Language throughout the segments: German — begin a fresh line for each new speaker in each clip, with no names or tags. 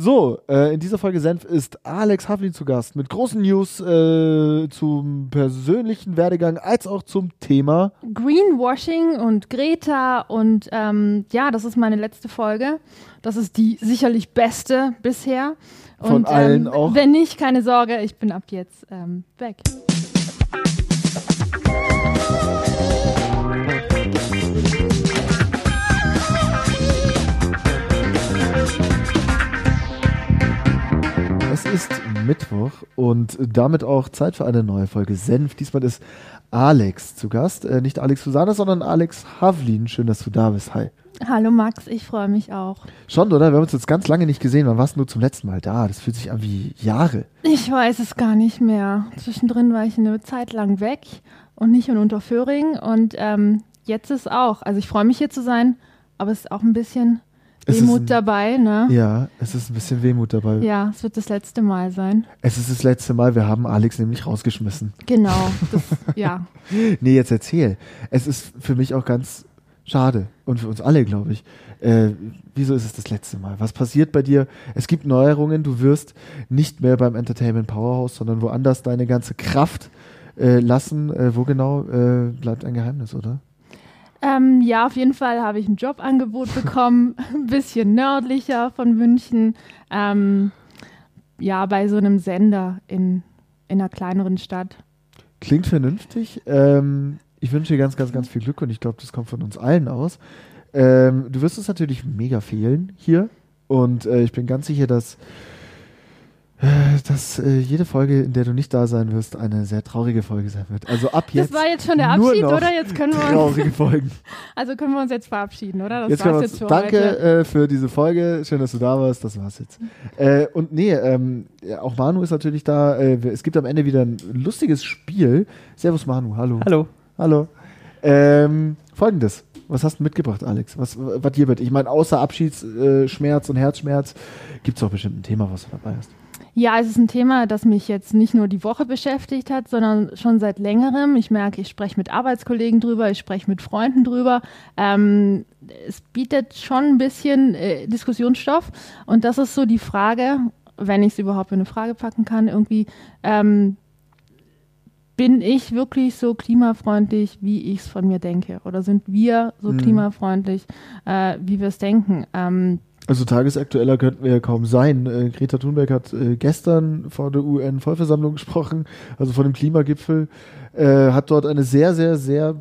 So, äh, in dieser Folge Senf ist Alex Havlin zu Gast mit großen News äh, zum persönlichen Werdegang als auch zum Thema.
Greenwashing und Greta und ähm, ja, das ist meine letzte Folge. Das ist die sicherlich beste bisher.
Von
und,
allen
ähm,
auch.
Wenn nicht, keine Sorge, ich bin ab jetzt ähm, weg.
Es ist Mittwoch und damit auch Zeit für eine neue Folge Senf. Diesmal ist Alex zu Gast. Äh, nicht Alex Susanne, sondern Alex Havlin. Schön, dass du da bist. Hi.
Hallo Max, ich freue mich auch.
Schon, oder? Wir haben uns jetzt ganz lange nicht gesehen. Wann warst du zum letzten Mal da? Das fühlt sich an wie Jahre.
Ich weiß es gar nicht mehr. Zwischendrin war ich eine Zeit lang weg und nicht in Unterföhring und ähm, jetzt ist auch. Also ich freue mich hier zu sein, aber es ist auch ein bisschen
Es ist
Demut
ein-
dabei, ne?
Ja, es ist ein bisschen Wehmut dabei.
ja, es wird das letzte Mal sein.
Es ist das letzte Mal, wir haben Alex nämlich rausgeschmissen.
Genau, das, ja.
Nee, jetzt erzähl. Es ist für mich auch ganz schade und für uns alle, glaube ich. Äh, wieso ist es das letzte Mal? Was passiert bei dir? Es gibt Neuerungen. Du wirst nicht mehr beim Entertainment Powerhouse, sondern woanders deine ganze Kraft äh, lassen. Äh, wo genau äh, bleibt ein Geheimnis, oder?
Ähm, ja, auf jeden Fall habe ich ein Jobangebot bekommen, ein bisschen nördlicher von München. Ähm, ja, bei so einem Sender in, in einer kleineren Stadt.
Klingt vernünftig. Ähm, ich wünsche dir ganz, ganz, ganz viel Glück und ich glaube, das kommt von uns allen aus. Ähm, du wirst uns natürlich mega fehlen hier und äh, ich bin ganz sicher, dass, äh, dass äh, jede Folge, in der du nicht da sein wirst, eine sehr traurige Folge sein wird. Also ab jetzt
das war jetzt schon der
nur
Abschied,
noch
oder? Jetzt können wir uns,
traurige Folgen.
also können wir uns jetzt verabschieden, oder? Das
jetzt können
war's
wir
jetzt
uns,
für
danke
heute.
äh, für diese Folge. Schön, dass du da warst. Das war's jetzt. Äh, und nee, ähm, ja, auch Manu ist natürlich da. Äh, wir- es gibt am Ende wieder ein lustiges Spiel. Servus Manu, hallo.
Hallo.
Hallo. Ähm, Folgendes. Was hast du mitgebracht, Alex? Was, was dir wird? Ich meine, außer Abschiedsschmerz äh, und Herzschmerz gibt es auch bestimmt ein Thema, was du dabei hast.
Ja, es ist ein Thema, das mich jetzt nicht nur die Woche beschäftigt hat, sondern schon seit längerem. Ich merke, ich spreche mit Arbeitskollegen drüber, ich spreche mit Freunden drüber. Ähm, es bietet schon ein bisschen äh, Diskussionsstoff. Und das ist so die Frage, wenn ich es überhaupt in eine Frage packen kann, irgendwie, ähm, bin ich wirklich so klimafreundlich, wie ich es von mir denke? Oder sind wir so
Mhm.
klimafreundlich, äh, wie wir es denken? Ähm,
Also tagesaktueller könnten wir ja kaum sein. Äh, Greta Thunberg hat äh, gestern vor der UN-Vollversammlung gesprochen, also vor dem Klimagipfel, äh, hat dort eine sehr, sehr, sehr,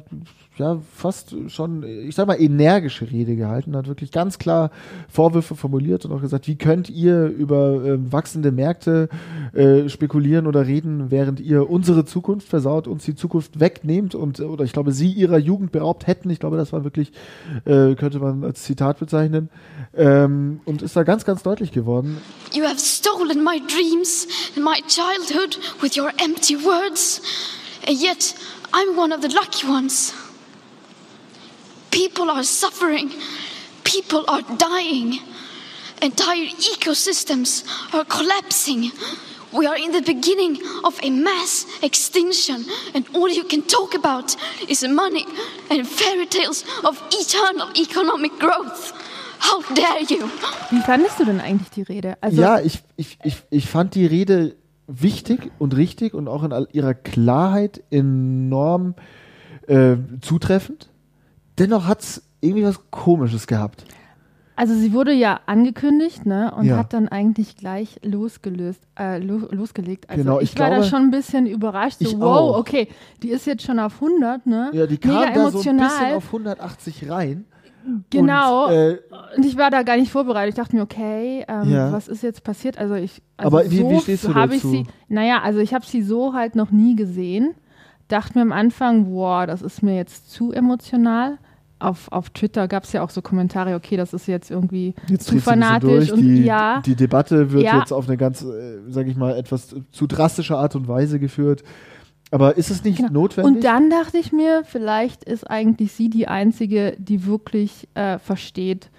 ja, fast schon, ich sag mal, energische Rede gehalten, hat wirklich ganz klar Vorwürfe formuliert und auch gesagt, wie könnt ihr über ähm, wachsende Märkte äh, spekulieren oder reden, während ihr unsere Zukunft versaut, uns die Zukunft wegnehmt und, äh, oder ich glaube, sie ihrer Jugend beraubt hätten. Ich glaube, das war wirklich, äh, könnte man als Zitat bezeichnen. Ähm, und ist da ganz, ganz deutlich geworden.
You have stolen my dreams and my childhood with your empty words, and yet I'm one of the lucky ones. People are suffering, people are dying, entire ecosystems are collapsing. We are in the beginning of a mass extinction, and all you can talk about is money and fairy tales of eternal economic growth. How dare you!
wie fandest du denn eigentlich die Rede? Also,
ja, ich, ich, ich, ich fand die Rede wichtig und richtig und auch in all ihrer Klarheit enorm äh, zutreffend. Dennoch hat es irgendwie was Komisches gehabt.
Also sie wurde ja angekündigt, ne? Und
Ja.
hat dann eigentlich gleich losgelöst, äh, lo losgelegt. Also
Genau,
ich,
ich
war da
glaube-
schon ein bisschen überrascht. So,
Ich
wow,
auch.
okay, die ist jetzt schon auf 100, ne?
Ja, die kam
Mega
da so ein
emotional.
bisschen auf 180 rein.
genau.
Und, äh,
Und ich war da gar nicht vorbereitet. Ich dachte mir, okay, ähm,
Ja.
was ist jetzt passiert? Also ich, also
Aber wie-
so
wie stehst du
habe ich
dazu?
sie, naja, also ich habe sie so halt noch nie gesehen. Dachte mir am Anfang, wow, das ist mir jetzt zu emotional. Auf, auf Twitter gab es ja auch so Kommentare, okay, das ist jetzt irgendwie
jetzt
zu
dreht sie ein bisschen
fanatisch
durch.
und
die,
ja.
die Debatte wird
Ja.
jetzt auf eine ganz, äh, sag ich mal, etwas zu drastische Art und Weise geführt. Aber ist es nicht
Genau.
notwendig?
Und dann dachte ich mir, vielleicht ist eigentlich sie die Einzige, die wirklich äh, versteht,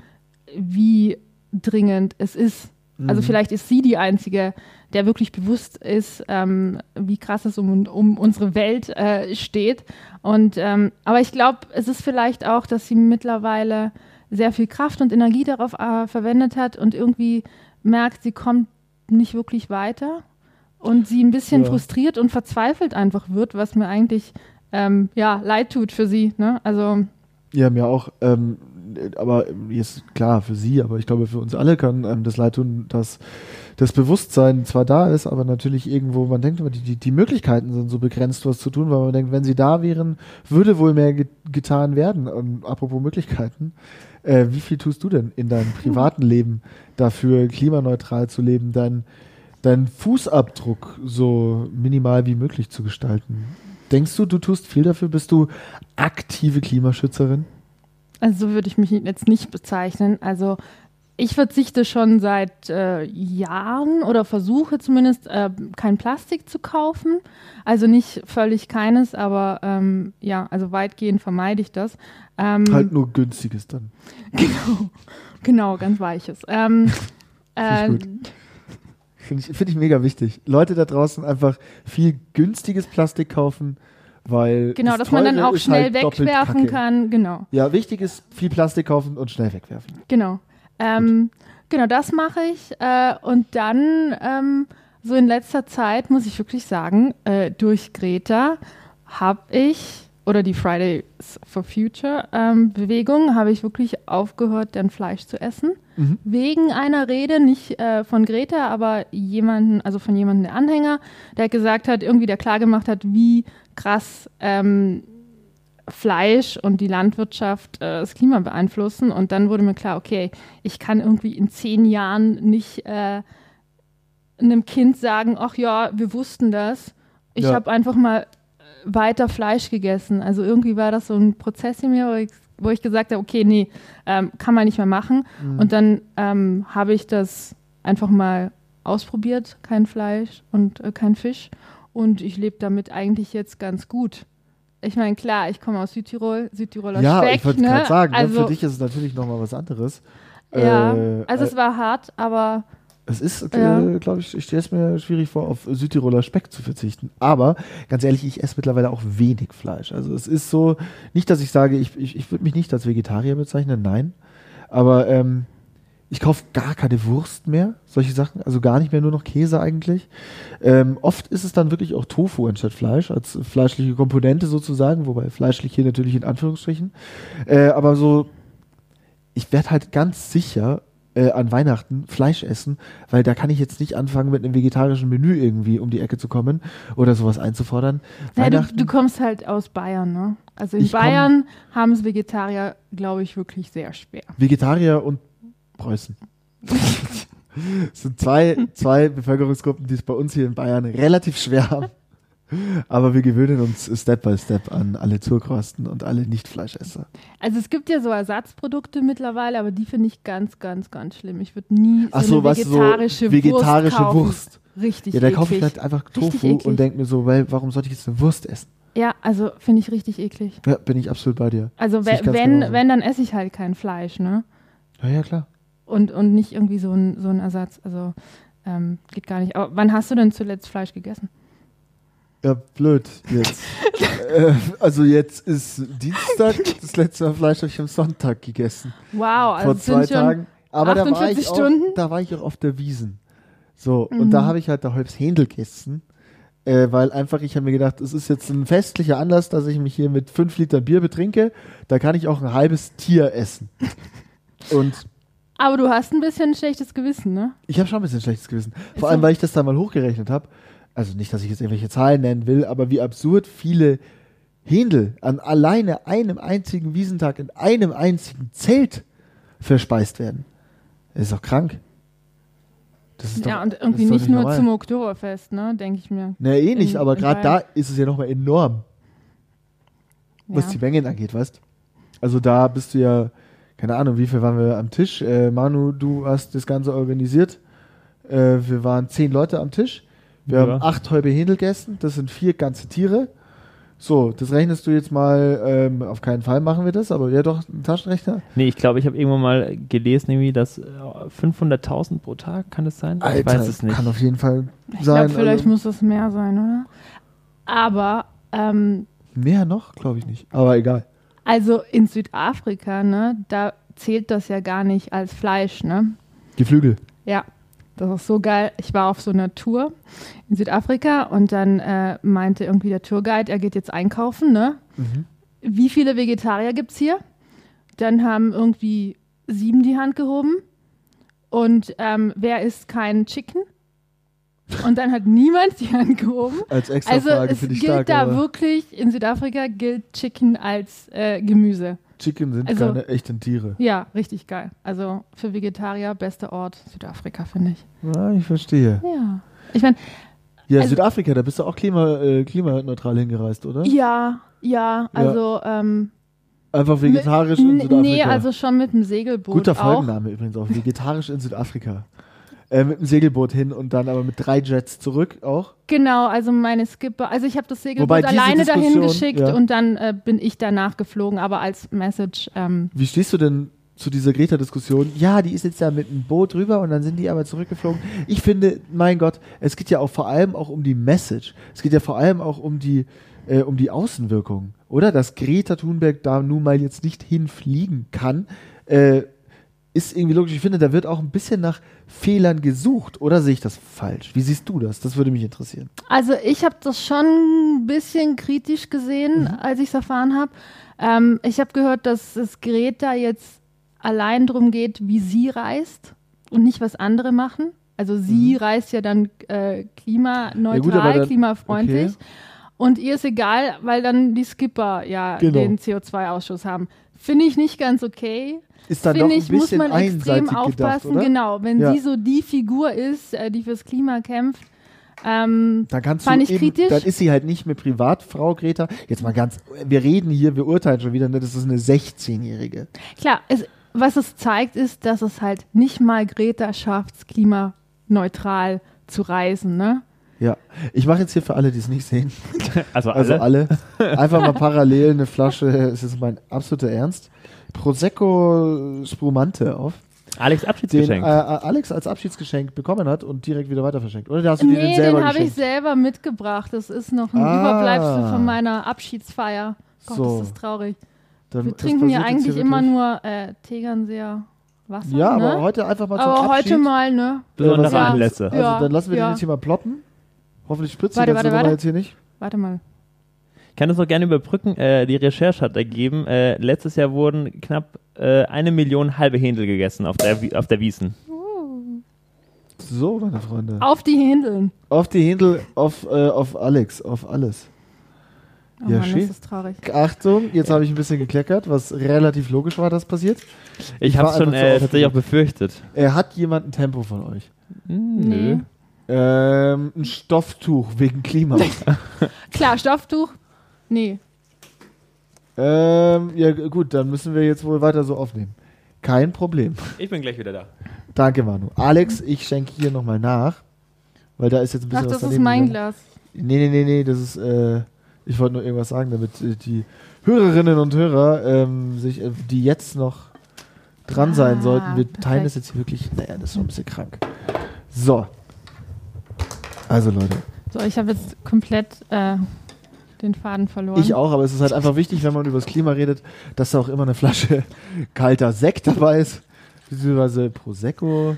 wie dringend es ist. Also vielleicht ist sie die Einzige, der wirklich bewusst ist, ähm, wie krass es um, um unsere Welt äh, steht. Und ähm, aber ich glaube, es ist vielleicht auch, dass sie mittlerweile sehr viel Kraft und Energie darauf äh, verwendet hat und irgendwie merkt, sie kommt nicht wirklich weiter und sie ein bisschen
Ja.
frustriert und verzweifelt einfach wird, was mir eigentlich ähm, ja, leid tut für sie. Ne? Also
Ja, mir auch. Ähm, aber jetzt klar für Sie, aber ich glaube für uns alle kann ähm, das leid tun, dass das Bewusstsein zwar da ist, aber natürlich irgendwo, man denkt immer, die, die, die Möglichkeiten sind so begrenzt, was zu tun, weil man denkt, wenn sie da wären, würde wohl mehr ge getan werden. Und apropos Möglichkeiten, äh, wie viel tust du denn in deinem privaten Leben dafür, klimaneutral zu leben, deinen deinen Fußabdruck so minimal wie möglich zu gestalten? Denkst du, du tust viel dafür? Bist du aktive Klimaschützerin?
Also so würde ich mich jetzt nicht bezeichnen. Also ich verzichte schon seit äh, Jahren oder versuche zumindest äh, kein Plastik zu kaufen. Also nicht völlig keines, aber ähm, ja, also weitgehend vermeide ich das. Ähm,
Halt nur günstiges dann.
Genau, genau, ganz weiches. Ähm, äh,
Finde ich Finde ich, find ich mega wichtig. Leute da draußen einfach viel günstiges Plastik kaufen, weil.
genau,
das
dass man dann
Teure
auch
ist
schnell
halt doppelt
wegwerfen
Kacke.
kann. Genau.
Ja, wichtig ist viel Plastik kaufen und schnell wegwerfen.
Genau. Ähm, genau, das mache ich. Äh, und dann, ähm, so in letzter Zeit, muss ich wirklich sagen, äh, durch Greta habe ich, oder die Fridays for Future ähm, Bewegung, habe ich wirklich aufgehört, dann Fleisch zu essen.
Mhm.
Wegen einer Rede, nicht äh, von Greta, aber jemanden, also von jemandem, der Anhänger, der gesagt hat, irgendwie der klargemacht hat, wie krass ähm, Fleisch und die Landwirtschaft äh, das Klima beeinflussen. Und dann wurde mir klar, okay, ich kann irgendwie in zehn Jahren nicht äh, einem Kind sagen, ach ja, wir wussten das. Ich
Ja.
habe einfach mal äh, weiter Fleisch gegessen. Also irgendwie war das so ein Prozess in mir, wo ich, wo ich gesagt habe, okay, nee, ähm, kann man nicht mehr machen.
Mhm.
Und dann ähm, habe ich das einfach mal ausprobiert, kein Fleisch und äh, kein Fisch. Und ich lebe damit eigentlich jetzt ganz gut. Ich meine, klar, ich komme aus Südtirol, Südtiroler
ja,
Speck.
ich wollte
ne?
gerade sagen, ne,
also,
für dich ist es natürlich nochmal was anderes.
ja,
Äh,
also es war hart, aber
Es ist,
Ja.
äh, glaube ich, ich stelle es mir schwierig vor, auf Südtiroler Speck zu verzichten. Aber ganz ehrlich, ich esse mittlerweile auch wenig Fleisch. Also es ist so, nicht, dass ich sage, ich, ich, ich würde mich nicht als Vegetarier bezeichnen, nein. Aber ähm, ich kaufe gar keine Wurst mehr, solche Sachen, also gar nicht mehr, nur noch Käse eigentlich. Ähm, oft ist es dann wirklich auch Tofu anstatt Fleisch, als fleischliche Komponente sozusagen, wobei fleischlich hier natürlich in Anführungsstrichen. Äh, aber so, ich werde halt ganz sicher äh, an Weihnachten Fleisch essen, weil da kann ich jetzt nicht anfangen, mit einem vegetarischen Menü irgendwie um die Ecke zu kommen oder sowas einzufordern.
ja, du,
Weihnachten,
du kommst halt aus Bayern, ne? Also in
Ich komm-
Bayern haben es Vegetarier, glaube ich, wirklich sehr schwer.
Vegetarier und Preußen. das sind zwei, zwei Bevölkerungsgruppen, die es bei uns hier in Bayern relativ schwer haben. Aber wir gewöhnen uns Step by Step an alle Zurkosten und alle Nicht-Fleischesser.
Also es gibt ja so Ersatzprodukte mittlerweile, aber die finde ich ganz, ganz, ganz schlimm. Ich würde nie
Ach
so
so,
eine
was so
vegetarische,
vegetarische
Wurst, kaufen.
Wurst.
Richtig
ja, da
eklig.
kaufe ich halt einfach
Richtig
Tofu
eklig.
und denke mir so, weil, warum sollte ich jetzt eine Wurst essen?
ja, also finde ich richtig eklig.
Ja, bin ich absolut bei dir.
Also
Sehe ich
we-
ganz
wenn,
genauso.
wenn, dann esse ich halt kein Fleisch, ne?
Ja, ja, klar.
Und, und nicht irgendwie so ein, so ein Ersatz. Also ähm, geht gar nicht. Aber wann hast du denn zuletzt Fleisch gegessen?
Ja, blöd jetzt. äh, also jetzt ist Dienstag, das letzte Mal Fleisch habe ich am Sonntag gegessen.
Wow, also
vor
es
zwei
sind schon,
Tagen. Aber da war, ich
48 Stunden? Mhm.
Auch, da war ich auch auf der Wiesen. So, und da habe ich halt da halbs Händel gegessen. Äh, weil einfach, ich habe mir gedacht, es ist jetzt ein festlicher Anlass, dass ich mich hier mit fünf Litern Bier betrinke. Da kann ich auch ein halbes Tier essen. Und
Aber du hast ein bisschen ein schlechtes Gewissen, ne?
ich habe schon ein bisschen schlechtes Gewissen. Vor
Ist
allem,
so.
weil ich das dann mal hochgerechnet habe. Also nicht, dass ich jetzt irgendwelche Zahlen nennen will, aber wie absurd viele Händel an alleine einem einzigen Wiesentag in einem einzigen Zelt verspeist werden. Das ist doch krank. Das ist doch,
Ja,
das
und
ist
irgendwie
doch
nicht nur
normal.
zum Oktoberfest, ne? Denke ich mir.
Na, eh nicht,
in-
aber
in
gerade da
Bayern.
ist es ja nochmal enorm, was
Ja.
die Mengen angeht, weißt Also da bist du ja, keine Ahnung, wie viel waren wir am Tisch? Äh, Manu, du hast das Ganze organisiert. Äh, wir waren zehn Leute am Tisch. Wir
Ja.
haben acht halbe Händel gegessen. Das sind vier ganze Tiere. So, das rechnest du jetzt mal. Ähm, auf keinen Fall machen wir das, aber ja doch, ein Taschenrechner.
Nee, ich glaube, ich habe irgendwann mal gelesen, irgendwie, dass äh, 500.000 pro Tag, kann das sein? ich weiß es nicht.
kann auf jeden Fall
Ich
sein.
glaube, vielleicht
also,
muss das mehr sein, oder? Aber, ähm,
mehr noch, glaube ich nicht. Aber egal.
also in Südafrika, ne? Da zählt das ja gar nicht als Fleisch, ne?
Geflügel.
Ja. Das ist so geil. Ich war auf so einer Tour in Südafrika und dann äh, meinte irgendwie der Tourguide, er geht jetzt einkaufen, ne?
Mhm.
Wie viele Vegetarier gibt es hier? Dann haben irgendwie sieben die Hand gehoben. Und ähm, wer isst keinen Chicken? Und dann hat niemand die Hand gehoben.
Als extra
Also
Frage
es
finde ich
gilt
stark.
da
aber
wirklich, in Südafrika gilt Chicken als äh, Gemüse.
Chicken sind
also-
keine echten Tiere.
Ja, richtig geil. Also für Vegetarier bester Ort Südafrika, finde ich.
Ja, Ah, ich verstehe.
Ja. Ich meine,
Ja,
Also-
Südafrika, da bist du auch klima, äh, klimaneutral hingereist, oder?
ja, ja, also ähm,
Einfach vegetarisch in
n-
Südafrika.
Nee, also schon mit dem Segelboot
Guter
auch.
Folgenname übrigens auch. Vegetarisch in Südafrika. Äh, mit dem Segelboot hin und dann aber mit drei Jets zurück auch.
Genau, also meine Skipper, also ich habe das Segelboot
Wobei diese
alleine dahin
Diskussion,
geschickt
ja.
und dann äh, bin ich danach geflogen, aber als Message ähm,
Wie stehst du denn zu dieser Greta-Diskussion? Ja, die ist jetzt ja mit einem Boot rüber und dann sind die aber zurückgeflogen. Ich finde, mein Gott, es geht ja auch vor allem auch um die Message. Es geht ja vor allem auch um die, äh, um die Außenwirkung, oder? Dass Greta Thunberg da nun mal jetzt nicht hinfliegen kann, äh, ist irgendwie logisch. Ich finde, da wird auch ein bisschen nach Fehlern gesucht, oder sehe ich das falsch? Wie siehst du das? Das würde mich interessieren.
Also ich habe das schon ein bisschen kritisch gesehen,
Mhm.
als ich es erfahren habe. Ähm, ich habe gehört, dass es Greta jetzt allein darum geht, wie sie reist und nicht was andere machen. Also sie reist ja dann äh, klimaneutral,
Mhm. Ja gut, aber dann-
klimafreundlich.
okay.
Und ihr ist egal, weil dann die Skipper ja
Genau.
den CO2-Ausstoß haben. Finde ich nicht ganz okay.
Ist dann doch
Finde
ein
ich, muss
bisschen
man
einseitig
extrem
gedacht,
aufpassen.
oder?
genau, wenn
Ja.
sie so die Figur ist, äh, die fürs Klima kämpft. Ähm,
Dann kannst
Fand
du
ich
eben,
kritisch.
dann ist sie halt nicht mehr Privatfrau, Greta. Jetzt mal ganz, wir reden hier, wir urteilen schon wieder, ne? das ist eine 16-Jährige.
Klar, es, was es zeigt, ist, dass es halt nicht mal Greta schafft, es klimaneutral zu reisen. Ne?
Ja, ich mache jetzt hier für alle, die es nicht sehen,
Also,
also
alle.
alle, einfach mal parallel eine Flasche, es ist mein absoluter Ernst, Prosecco Spumante auf,
Alex
den äh,
Abschiedsgeschenk.
Alex als Abschiedsgeschenk bekommen hat und direkt wieder weiter verschenkt. Oder hast du dir den
Nee,
selber
den habe ich
geschenkt?
selber mitgebracht. Das ist noch ein
Ah.
Überbleibsel von meiner Abschiedsfeier. Gott,
So.
ist das traurig.
Dann-
Wir
das
trinken ja
passiert jetzt hier
eigentlich immer
wirklich.
nur äh, Tegernseer Wasser.
Ja,
ne?
aber heute einfach mal zum
aber
Abschied.
heute mal, ne?
Besondere
was- ja.
Anlässe.
Also
Ja,
dann lassen wir
ja.
den jetzt hier mal ploppen. Hoffentlich spritzt
Warte,
die ganze
warte,
Nummer
warte.
jetzt hier nicht.
Warte mal.
Ich kann das auch gerne überbrücken. Äh, die Recherche hat ergeben, äh, letztes Jahr wurden knapp äh, eine Million halbe Händel gegessen auf der, Wi- auf der Wiesen.
So, meine Freunde.
Auf die Oh Händeln.
Auf die Händel, auf, äh, auf Alex, auf alles.
Oh
Ja,
Mann,
schön.
ist das traurig.
Achtung, jetzt habe ich ein bisschen gekleckert, was relativ logisch war, dass passiert.
Ich
war
habe es schon
einfach so
äh, tatsächlich auch befürchtet.
Er hat jemand ein Tempo von euch.
Hm.
Nee.
Ähm, ein Stofftuch wegen Klima.
Klar, Stofftuch? Nee.
ähm, ja, gut, dann müssen wir jetzt wohl weiter so aufnehmen. Kein Problem.
Ich bin gleich wieder da.
Danke, Manu. Alex, ich schenke hier nochmal nach, weil da ist jetzt ein
Ach,
bisschen was
das ist
daneben
mein
gegangen.
Glas.
Nee, nee, nee, nee, das ist, äh, ich wollte nur irgendwas sagen, damit äh, die Hörerinnen und Hörer, ähm, sich, äh, die jetzt noch dran sein
Ah,
sollten, wir teilen
perfekt.
das jetzt hier wirklich, naja, das ist schon ein bisschen krank. So. Also Leute,
So, ich habe jetzt komplett äh, den Faden verloren.
ich auch, aber es ist halt einfach wichtig, wenn man über das Klima redet, dass da auch immer eine Flasche kalter Sekt dabei ist, beziehungsweise Prosecco.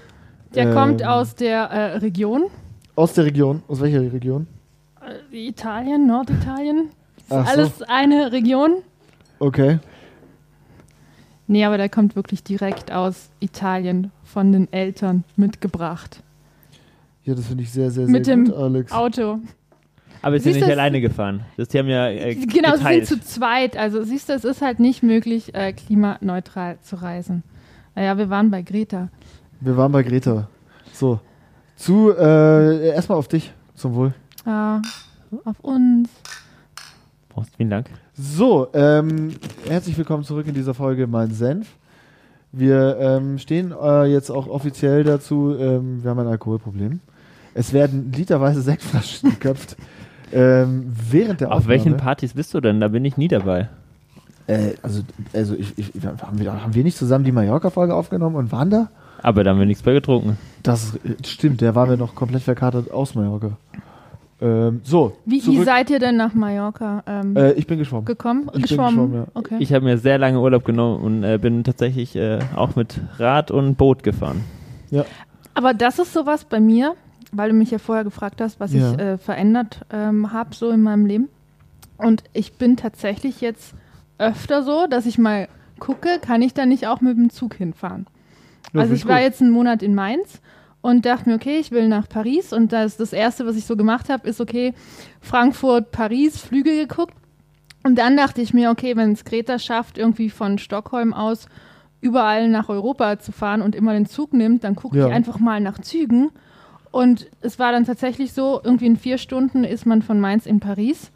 Der
ähm,
kommt aus der äh, Region,
Aus der Region, aus welcher Region?
äh, Italien, Norditalien. Ist
Ach so.
alles eine Region.
Okay.
Nee, aber der kommt wirklich direkt aus Italien von den Eltern mitgebracht.
Ja, das finde ich sehr, sehr, sehr
Mit dem
gut, Alex.
Auto.
Aber wir sind
Siehst
nicht
du, es-
alleine gefahren. Das, die haben ja äh,
Genau, sie sind
geteilt.
zu zweit. Also siehst du, es ist halt nicht möglich, äh, klimaneutral zu reisen. Naja, wir waren bei Greta.
Wir waren bei Greta. So. Zu, äh, erstmal auf dich. Zum Wohl.
Ah, auf uns.
Oh, vielen Dank.
So, ähm, herzlich willkommen zurück in dieser Folge Mein Senf. Wir ähm, stehen äh, jetzt auch offiziell dazu, ähm, wir haben ein Alkoholproblem. Es werden literweise Sektflaschen geköpft. Ähm, während der
Auf
Aufnahme.
welchen Partys bist du denn? Da bin ich nie dabei.
Äh, also, also ich, ich, haben, wir, haben wir nicht zusammen die Mallorca-Folge aufgenommen und waren da?
Aber da haben wir nichts bei getrunken.
Das äh, stimmt, der waren wir noch komplett verkatert aus Mallorca. Ähm, so,
Wie, wie
zurück.
seid ihr denn nach Mallorca ähm,
äh, ich bin geschwommen.
gekommen?
bin
geschwommen?
geschwommen, ja.
Okay.
Ich habe mir sehr lange Urlaub genommen und äh, bin tatsächlich äh, auch mit Rad und Boot gefahren.
Aber das ist sowas bei mir, weil du mich ja vorher gefragt hast, was
Ja.
ich äh, verändert ähm, habe so in meinem Leben. Und ich bin tatsächlich jetzt öfter so, dass ich mal gucke, kann ich da nicht auch mit dem Zug hinfahren?
Ja,
also
find
ich war
gut.
jetzt einen Monat in Mainz und dachte mir, okay, ich will nach Paris und das, das Erste, was ich so gemacht habe, ist, okay, Frankfurt, Paris, Flüge geguckt. Und dann dachte ich mir, okay, wenn es Greta schafft, irgendwie von Stockholm aus überall nach Europa zu fahren und immer den Zug nimmt, dann gucke
Ja.
ich einfach mal nach Zügen. Und es war dann tatsächlich so, irgendwie in vier Stunden ist man von Mainz in Paris.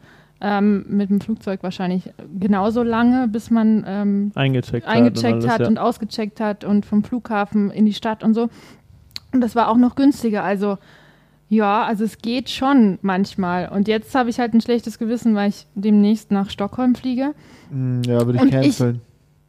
Ähm, mit dem Flugzeug wahrscheinlich genauso lange, bis man ähm,
Eingecheckt,
eingecheckt
und
hat
alles,
und ausgecheckt hat und vom Flughafen in die Stadt und so. Und das war auch noch günstiger. Also ja, also es geht schon manchmal. Und jetzt habe ich halt ein schlechtes Gewissen, weil ich demnächst nach Stockholm fliege.
Mm, Ja, würde ich
Und ich-
canceln.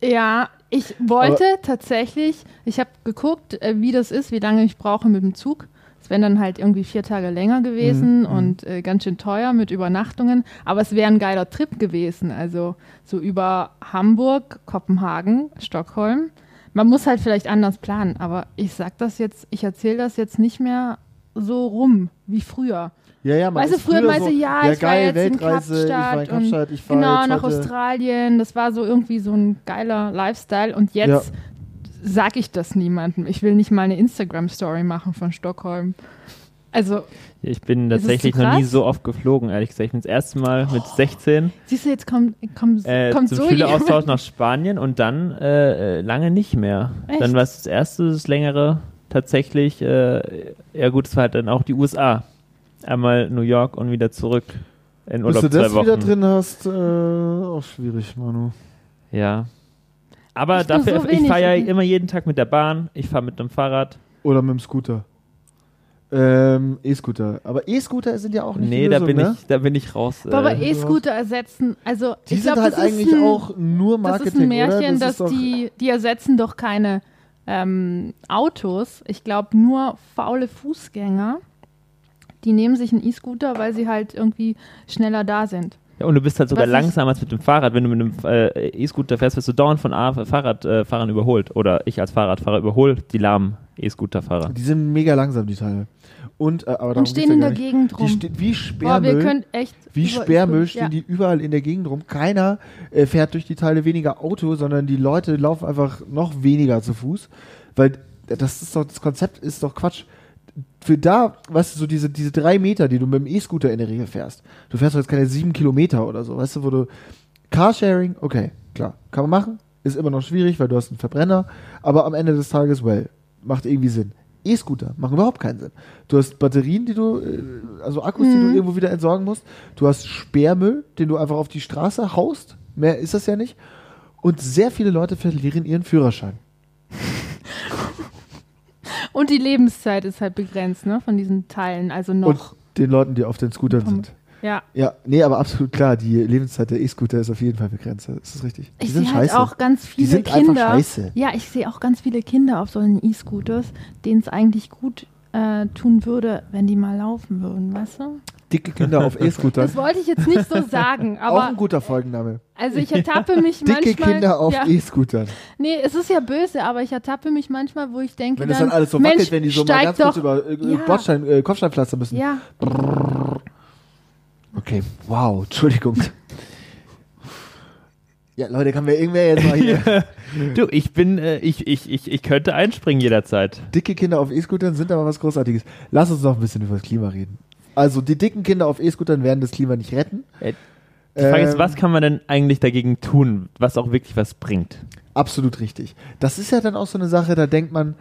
Ja, ich wollte tatsächlich, ich habe geguckt, äh, wie das ist, wie lange ich brauche mit dem Zug. Es wären dann halt irgendwie vier Tage länger gewesen
Mhm,
und äh, ganz schön teuer mit Übernachtungen. Aber es wäre ein geiler Trip gewesen. Also so über Hamburg, Kopenhagen, Stockholm. Man muss halt vielleicht anders planen, aber ich sag das jetzt, ich erzähle das jetzt nicht mehr so rum wie früher.
ja, ja, man
weißt du,
ist
früher meinst du, ja,
ja,
ich war
geil,
jetzt in
Weltreise, ich war in
Kapstadt und-
Kapstadt, ich war
Genau,
jetzt
nach
heute-
Australien. Das war so irgendwie so ein geiler Lifestyle. Und jetzt sag ich das niemandem. Ich will nicht mal eine Instagram-Story machen von Stockholm. Also,
ja. Ich bin
Ist es zu
tatsächlich noch nie
krass?
so oft geflogen, ehrlich gesagt. Ich bin das erste Mal mit 16
siehst du, jetzt kommt, kommt,
äh,
kommt
zum
so jemand.
Schüleraustausch nach Spanien und dann äh, äh, lange nicht mehr.
Echt?
Dann war es das erste, das längere tatsächlich, äh, ja gut, es war halt dann auch die USA. Einmal New York und wieder zurück in
Bis
Urlaub
du das
zwei Wochen.
wieder drin hast, äh, auch schwierig, Manu.
Ja. Aber
Ich nur
dafür,
so
ich
wenig.
fahre ja immer jeden Tag mit der Bahn, ich fahre mit dem Fahrrad.
Oder mit dem Scooter. Ähm, E-Scooter. Aber E-Scooter sind ja auch nicht
Nee,
die
da
Lösung,
bin
ne?
ich, da bin ich raus.
Aber
äh,
E-Scooter eh, ersetzen, also
Die
ich
sind
glaube,
halt
das ist
eigentlich
ein,
auch nur
das
Marketing,
ist ein Märchen,
oder?
dass
ist doch-
die, die ersetzen doch keine ähm, Autos. Ich glaube, nur faule Fußgänger, die nehmen sich einen E-Scooter, weil sie halt irgendwie schneller da sind.
ja, und du bist halt sogar
Was ich-
langsamer als mit dem Fahrrad. Wenn du mit einem äh, E-Scooter fährst, wirst du dauernd von A Fahrradfahrern äh, Fahrern überholt. Oder ich als Fahrradfahrer überhole die lahmen E-Scooter-Fahrer.
Die sind mega langsam, die Teile. Und, äh, aber darum
Und stehen in der
geht's ja
Gegend
gar nicht.
rum.
Die ste wie
Boah,
Sperrmüll,
wir können echt.
wie
über-
Sperrmüll stehen
ja.
die überall in der Gegend rum. Keiner äh, fährt durch die Teile weniger Auto, sondern die Leute laufen einfach noch weniger zu Fuß. Weil äh, das ist doch, das Konzept ist doch Quatsch. Für da, weißt du, so diese, diese drei Meter, die du mit dem E-Scooter in der Regel fährst. Du fährst doch jetzt keine sieben Kilometer oder so, weißt du, wo du, Carsharing, okay, klar, kann man machen. Ist immer noch schwierig, weil du hast einen Verbrenner. Aber am Ende des Tages, well, macht irgendwie Sinn. E-Scooter machen überhaupt keinen Sinn. Du hast Batterien, die du, äh, also Akkus, die du
Mhm.
irgendwo wieder entsorgen musst. Du hast Sperrmüll, den du einfach auf die Straße haust. Mehr ist das ja nicht. Und sehr viele Leute verlieren ihren Führerschein.
Und die Lebenszeit ist halt begrenzt, ne, von diesen Teilen. Also noch.
Und den Leuten, die auf den Scootern
Komm.
sind.
ja.
Ja, nee, aber absolut klar, die Lebenszeit der E-Scooter ist auf jeden Fall begrenzt. Das ist richtig. Die
Ich
sind
sehe halt
scheiße.
auch ganz viele
sind einfach
Kinder.
scheiße.
Ja, ich sehe auch ganz viele Kinder auf solchen E-Scooters, denen es eigentlich gut äh, tun würde, wenn die mal laufen würden, weißt du?
Dicke Kinder auf E-Scootern.
Das wollte ich jetzt nicht so sagen,
Auch ein
aber
guter Folgenname.
also ich ertappe mich
Dicke
manchmal.
Kinder auf
ja,
E-Scootern.
Nee, es ist ja böse, aber ich ertappe mich manchmal, wo ich denke,
Wenn es dann alles so
Mensch,
wackelt, wenn die so mal
steig
ganz
doch,
kurz über äh,
Ja.
Bordstein, äh, Kopfsteinpflaster müssen.
Ja,
Okay, wow, Entschuldigung. ja, Leute, kann mir irgendwer jetzt mal hier.
Du, ich bin, äh, ich, ich, ich, ich könnte einspringen jederzeit.
Dicke Kinder auf E-Scootern sind aber was Großartiges. Lass uns noch ein bisschen über das Klima reden. Also, die dicken Kinder auf E-Scootern werden das Klima nicht retten.
Äh, Die Frage ist,
Ähm,
was kann man denn eigentlich dagegen tun, was auch wirklich was bringt?
Absolut richtig. Das ist ja dann auch so eine Sache, da denkt man,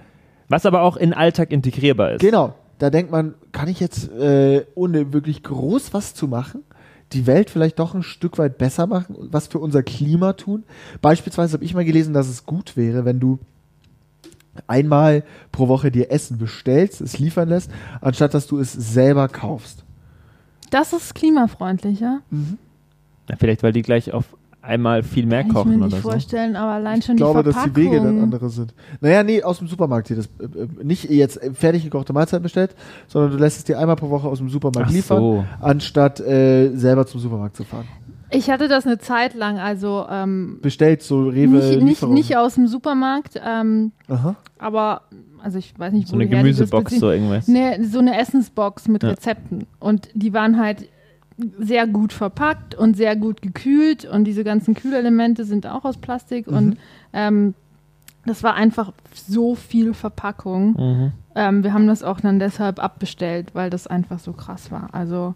Was aber auch in den Alltag integrierbar ist.
Genau, da denkt man, kann ich jetzt, äh, ohne wirklich groß was zu machen, die Welt vielleicht doch ein Stück weit besser machen, was für unser Klima tun? Beispielsweise habe ich mal gelesen, dass es gut wäre, wenn du einmal pro Woche dir Essen bestellst, es liefern lässt, anstatt dass du es selber kaufst.
das ist klimafreundlicher.
Na, Vielleicht, weil die gleich auf einmal viel mehr
Kann ich
kochen
mir nicht
oder so.
vorstellen, aber allein schon
ich glaube,
die
dass
Verpackung.
die Wege dann andere sind. Naja, nee, aus dem Supermarkt dir das äh, äh, nicht jetzt äh, fertig gekochte Mahlzeit bestellt, sondern du lässt es dir einmal pro Woche aus dem Supermarkt
Ach
liefern,
so.
anstatt äh, selber zum Supermarkt zu fahren.
Ich hatte das eine Zeit lang, also ähm,
Bestellt, so Rewe
nicht, nicht,
Lieferung.
nicht aus dem Supermarkt, ähm,
Aha.
aber also ich weiß nicht,
So eine
woher die das
Gemüsebox,
beziehen.
so irgendwas.
Ne, so eine Essensbox mit
Ja.
Rezepten. Und die waren halt sehr gut verpackt und sehr gut gekühlt. Und diese ganzen Kühlelemente sind auch aus Plastik.
Mhm.
Und ähm, das war einfach so viel Verpackung.
Mhm.
Ähm, wir haben das auch dann deshalb abbestellt, weil das einfach so krass war. Also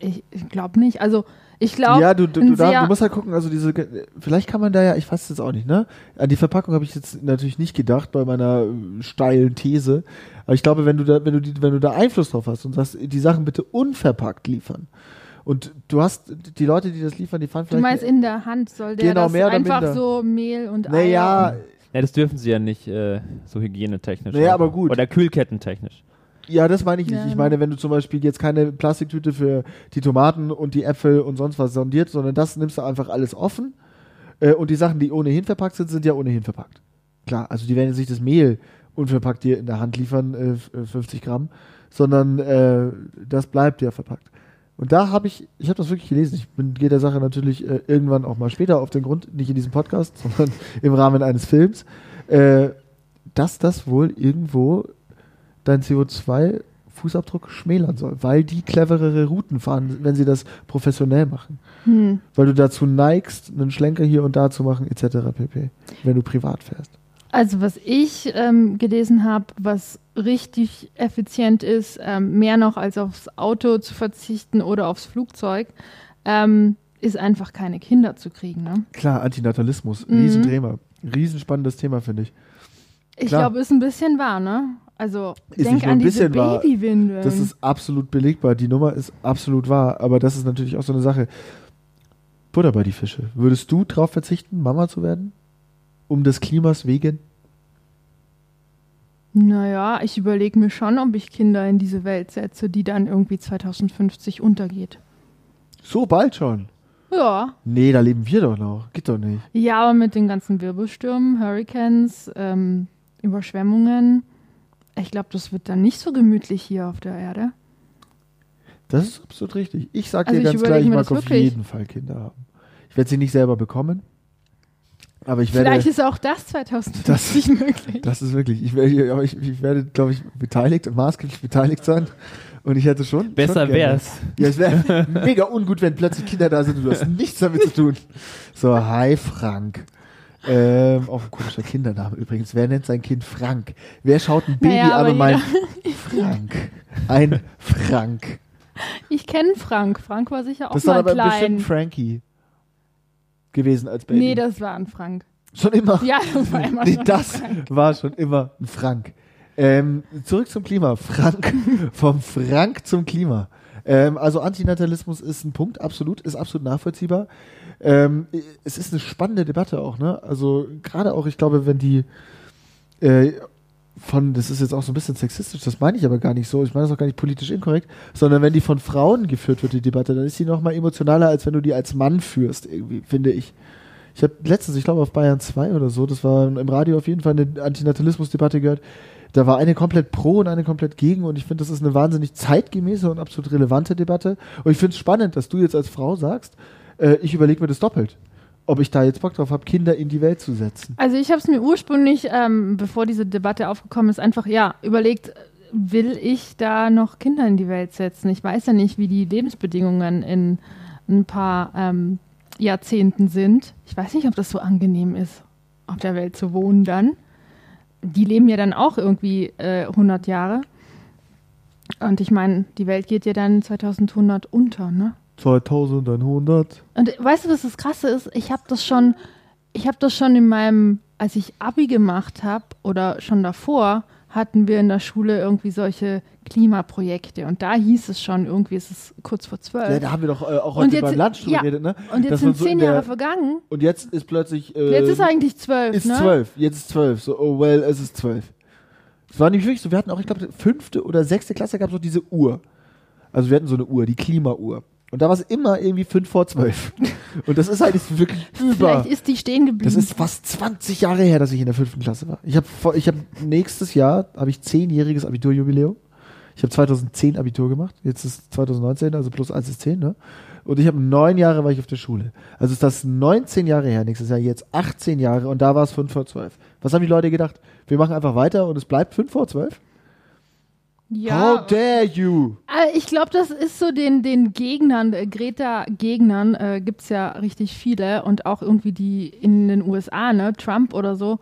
ich, ich glaube nicht. Also ich glaube,
Ja, du, du,
ein
du, da,
sehr-
du musst halt gucken, also diese, ge- vielleicht kann man da ja, ich fasse jetzt auch nicht, ne? An die Verpackung habe ich jetzt natürlich nicht gedacht bei meiner äh, steilen These. Aber ich glaube, wenn du da, wenn du die, wenn du da Einfluss drauf hast und sagst, die Sachen bitte unverpackt liefern. Und du hast die Leute, die das liefern, die fahren
du
vielleicht.
meinst in der Hand soll der
Genau,
das
mehr oder
einfach
minder.
so Mehl und Eier.
naja,
Ja, das dürfen sie ja nicht äh, so hygienetechnisch.
Naja,
machen.
aber gut.
Oder kühlkettentechnisch.
Ja, das meine ich nicht.
Ja,
Ich
ja.
meine, wenn du zum Beispiel jetzt keine Plastiktüte für die Tomaten und die Äpfel und sonst was sondiert, sondern das nimmst du einfach alles offen. Äh, und die Sachen, die ohnehin verpackt sind, sind ja ohnehin verpackt. Klar, also die werden jetzt nicht das Mehl unverpackt dir in der Hand liefern, äh, f- äh, 50 Gramm, sondern äh, das bleibt ja verpackt. Und da habe ich, ich habe das wirklich gelesen. Ich bin gehe der Sache natürlich äh, irgendwann auch mal später auf den Grund, nicht in diesem Podcast, sondern im Rahmen eines Films, äh, dass das wohl irgendwo deinen CO2-Fußabdruck schmälern soll, weil die cleverere Routen fahren, wenn sie das professionell machen.
Hm.
Weil du dazu neigst, einen Schlenker hier und da zu machen, etc. pp. Wenn du privat fährst.
Also was ich ähm, gelesen habe, was richtig effizient ist, ähm, mehr noch als aufs Auto zu verzichten oder aufs Flugzeug, ähm, ist einfach keine Kinder zu kriegen. Ne?
Klar, Antinatalismus,
Mhm.
Riesenthema. Riesenspannendes Thema, finde ich.
Ich
Klar.
glaube, ist ein bisschen wahr, ne? Also
Ist
denk
nicht nur ein
an diese
bisschen wahr.
Babywindeln.
Das ist absolut belegbar. Die Nummer ist absolut wahr. Aber das ist natürlich auch so eine Sache. Butter bei die Fische. Würdest du drauf verzichten, Mama zu werden? Um des Klimas wegen?
naja, ich überlege mir schon, ob ich Kinder in diese Welt setze, die dann irgendwie 2050 untergeht.
So bald schon.
Ja.
Nee, da leben wir doch noch. Geht doch nicht.
Ja, aber mit den ganzen Wirbelstürmen, Hurricanes, ähm, Überschwemmungen, ich glaube, das wird dann nicht so gemütlich hier auf der Erde.
Das ist absolut richtig. Ich sag
Also
dir
ich
ganz
überleg
klar, ich
mir
mag
das
auf
wirklich.
jeden Fall Kinder haben. Ich werde sie nicht selber bekommen, aber ich werde.
Vielleicht ist auch das 2050 möglich.
das ist wirklich. Ich werde, aber ich, ich werde glaube ich, beteiligt, maßgeblich beteiligt sein. Und ich hätte schon. schon
Besser
gerne-
wär's.
Ja, es wäre mega ungut, wenn plötzlich Kinder da sind und du hast nichts damit zu tun. So, hi Frank. Ähm, auch ein komischer Kindername übrigens. Wer nennt sein Kind Frank? Wer schaut ein Baby
Naja,
an
aber
und meint Frank? Ein Frank.
Ich kenne Frank. Frank war sicher auch
Das ist dann
mal
aber
klein.
bestimmt Frankie gewesen als Baby.
Nee, das war ein Frank.
schon immer.
Ja, das war immer
nee,
schon
das
ein Frank.
war schon immer ein Frank. Ähm, zurück zum Klima. Frank, vom Frank zum Klima. Ähm, also Antinatalismus ist ein Punkt, absolut, ist absolut nachvollziehbar. Ähm, es ist eine spannende Debatte auch, ne? Also gerade auch, ich glaube, wenn die äh, von, das ist jetzt auch so ein bisschen sexistisch, das meine ich aber gar nicht so, ich meine das auch gar nicht politisch inkorrekt, sondern wenn die von Frauen geführt wird, die Debatte, dann ist die nochmal emotionaler, als wenn du die als Mann führst, irgendwie, finde ich. Ich habe letztens, ich glaube auf Bayern 2 oder so, das war im Radio auf jeden Fall eine Antinatalismusdebatte gehört. Da war eine komplett pro und eine komplett gegen und ich finde, das ist eine wahnsinnig zeitgemäße und absolut relevante Debatte. Und ich finde es spannend, dass du jetzt als Frau sagst, äh, ich überlege mir das doppelt, ob ich da jetzt Bock drauf habe, Kinder in die Welt zu setzen.
Also ich habe es mir ursprünglich, ähm, bevor diese Debatte aufgekommen ist, einfach ja überlegt, will ich da noch Kinder in die Welt setzen? Ich weiß ja nicht, wie die Lebensbedingungen in ein paar ähm, Jahrzehnten sind. Ich weiß nicht, ob das so angenehm ist, auf der Welt zu wohnen dann. Die leben ja dann auch irgendwie äh, 100 Jahre. Und ich meine, die Welt geht ja dann 2100 unter, ne?
2100.
Und weißt du, was das Krasse ist? Ich habe das schon, ich habe das schon in meinem, als ich Abi gemacht habe oder schon davor, hatten wir in der Schule irgendwie solche Klimaprojekte. Und da hieß es schon, irgendwie ist es kurz vor
Ja,
zwölf.
da haben wir doch äh, auch
Und
heute
jetzt-
beim Lunch drüber
ja.
geredet, ne?
Und jetzt
Dass man
sind
so in
zehn
der-
Jahre vergangen.
Und jetzt ist plötzlich. Äh,
Jetzt ist eigentlich zwölf,
Ist
ne?
zwölf, jetzt ist zwölf. So, oh well, es ist zwölf. Es war nämlich wirklich so, wir hatten auch, ich glaube, fünfte oder sechste Klasse gab es noch diese Uhr. Also wir hatten so eine Uhr, die Klimauhr. Und da war es immer irgendwie fünf vor zwölf. Und das ist halt jetzt wirklich über.
Vielleicht ist die stehen
Das
geblieben.
ist fast 20 Jahre her, dass ich in der fünften Klasse war. Ich habe ich hab nächstes Jahr habe ich zehnjähriges Abiturjubiläum. Ich habe 2010 Abitur gemacht. Jetzt ist 2019, also plus eins ist 10, ne? Und ich habe neun Jahre war ich auf der Schule. Also ist das 19 Jahre her, nächstes Jahr jetzt 18 Jahre und da war es 5 vor 12. Was haben die Leute gedacht? Wir machen einfach weiter und es bleibt 5 vor 12? How
Ja,
dare you?
aber Äh, ich glaube, das ist so den, den Gegnern, äh, Greta-Gegnern äh, gibt es ja richtig viele und auch irgendwie die in den USA, ne, Trump oder so,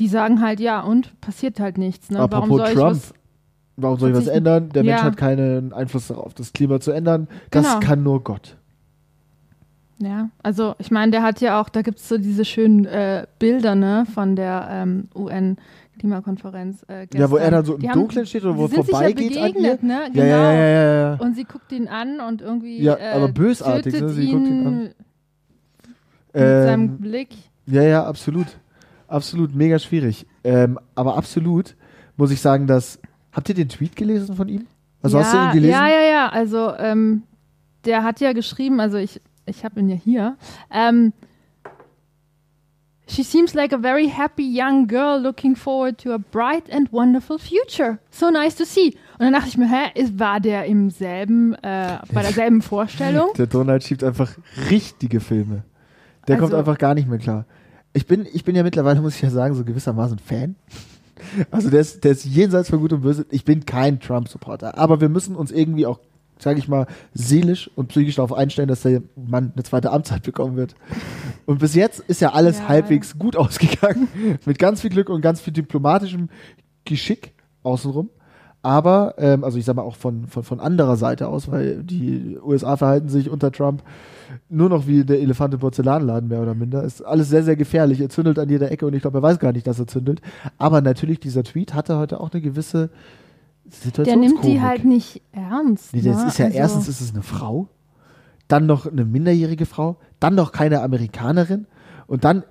die sagen halt, ja, und passiert halt nichts, ne? Warum
Apropos
soll ich
Trump.
was?
Warum soll ich was
Verzichten.
ändern? Der Mensch
Ja.
hat keinen Einfluss darauf, das Klima zu ändern. Das
Genau.
kann nur Gott.
Ja, also ich meine, der hat ja auch, da gibt es so diese schönen äh, Bilder, ne, von der ähm, UN-Klimakonferenz. Äh,
Ja, wo er
gestern.
dann so im
Die haben-
Dunkeln steht oder
die
wo er
sind sich ja
vorbeigeht an ihr.
begegnet, ne?
Ja, ja, ja,
Genau.
ja, ja.
Und sie guckt ihn an und irgendwie.
Ja,
äh,
aber bösartig,
tötet
ne? Sie
ihn
guckt ihn an.
Mit
Ähm,
seinem Blick.
Ja, ja, absolut. Absolut, mega schwierig. Ähm, aber absolut muss ich sagen, dass. Habt ihr den Tweet gelesen von ihm? Also
ja,
hast du ihn gelesen?
Ja, ja, ja. Also, ähm, der hat ja geschrieben, also ich, ich habe ihn ja hier. Ähm, She seems like a very happy young girl looking forward to a bright and wonderful future. So nice to see. Und dann dachte ich mir, hä, ist, war der im selben, äh, bei derselben Vorstellung?
Der Donald schiebt einfach richtige Filme. Der kommt
Also-
einfach gar nicht mehr klar. Ich bin, ich bin ja mittlerweile, muss ich ja sagen, so gewissermaßen Fan. Also der ist, der ist jenseits von Gut und Böse. Ich bin kein Trump-Supporter. Aber wir müssen uns irgendwie auch, sage ich mal, seelisch und psychisch darauf einstellen, dass der Mann eine zweite Amtszeit bekommen wird. Und bis jetzt ist ja alles
Ja.
halbwegs gut ausgegangen. Mit ganz viel Glück und ganz viel diplomatischem Geschick außenrum. Aber, ähm, also ich sag mal auch von, von, von anderer Seite aus, weil die USA verhalten sich unter Trump nur noch wie der Elefant im Porzellanladen, mehr oder minder. Ist alles sehr, sehr gefährlich. Er zündelt an jeder Ecke und ich glaube, er weiß gar nicht, dass er zündelt. Aber natürlich, dieser Tweet hatte heute auch eine gewisse
Der
Situationskomik.
nimmt die halt nicht ernst.
Nee, das
ne?
ist ja
also,
erstens ist es eine Frau, dann noch eine minderjährige Frau, dann noch keine Amerikanerin und dann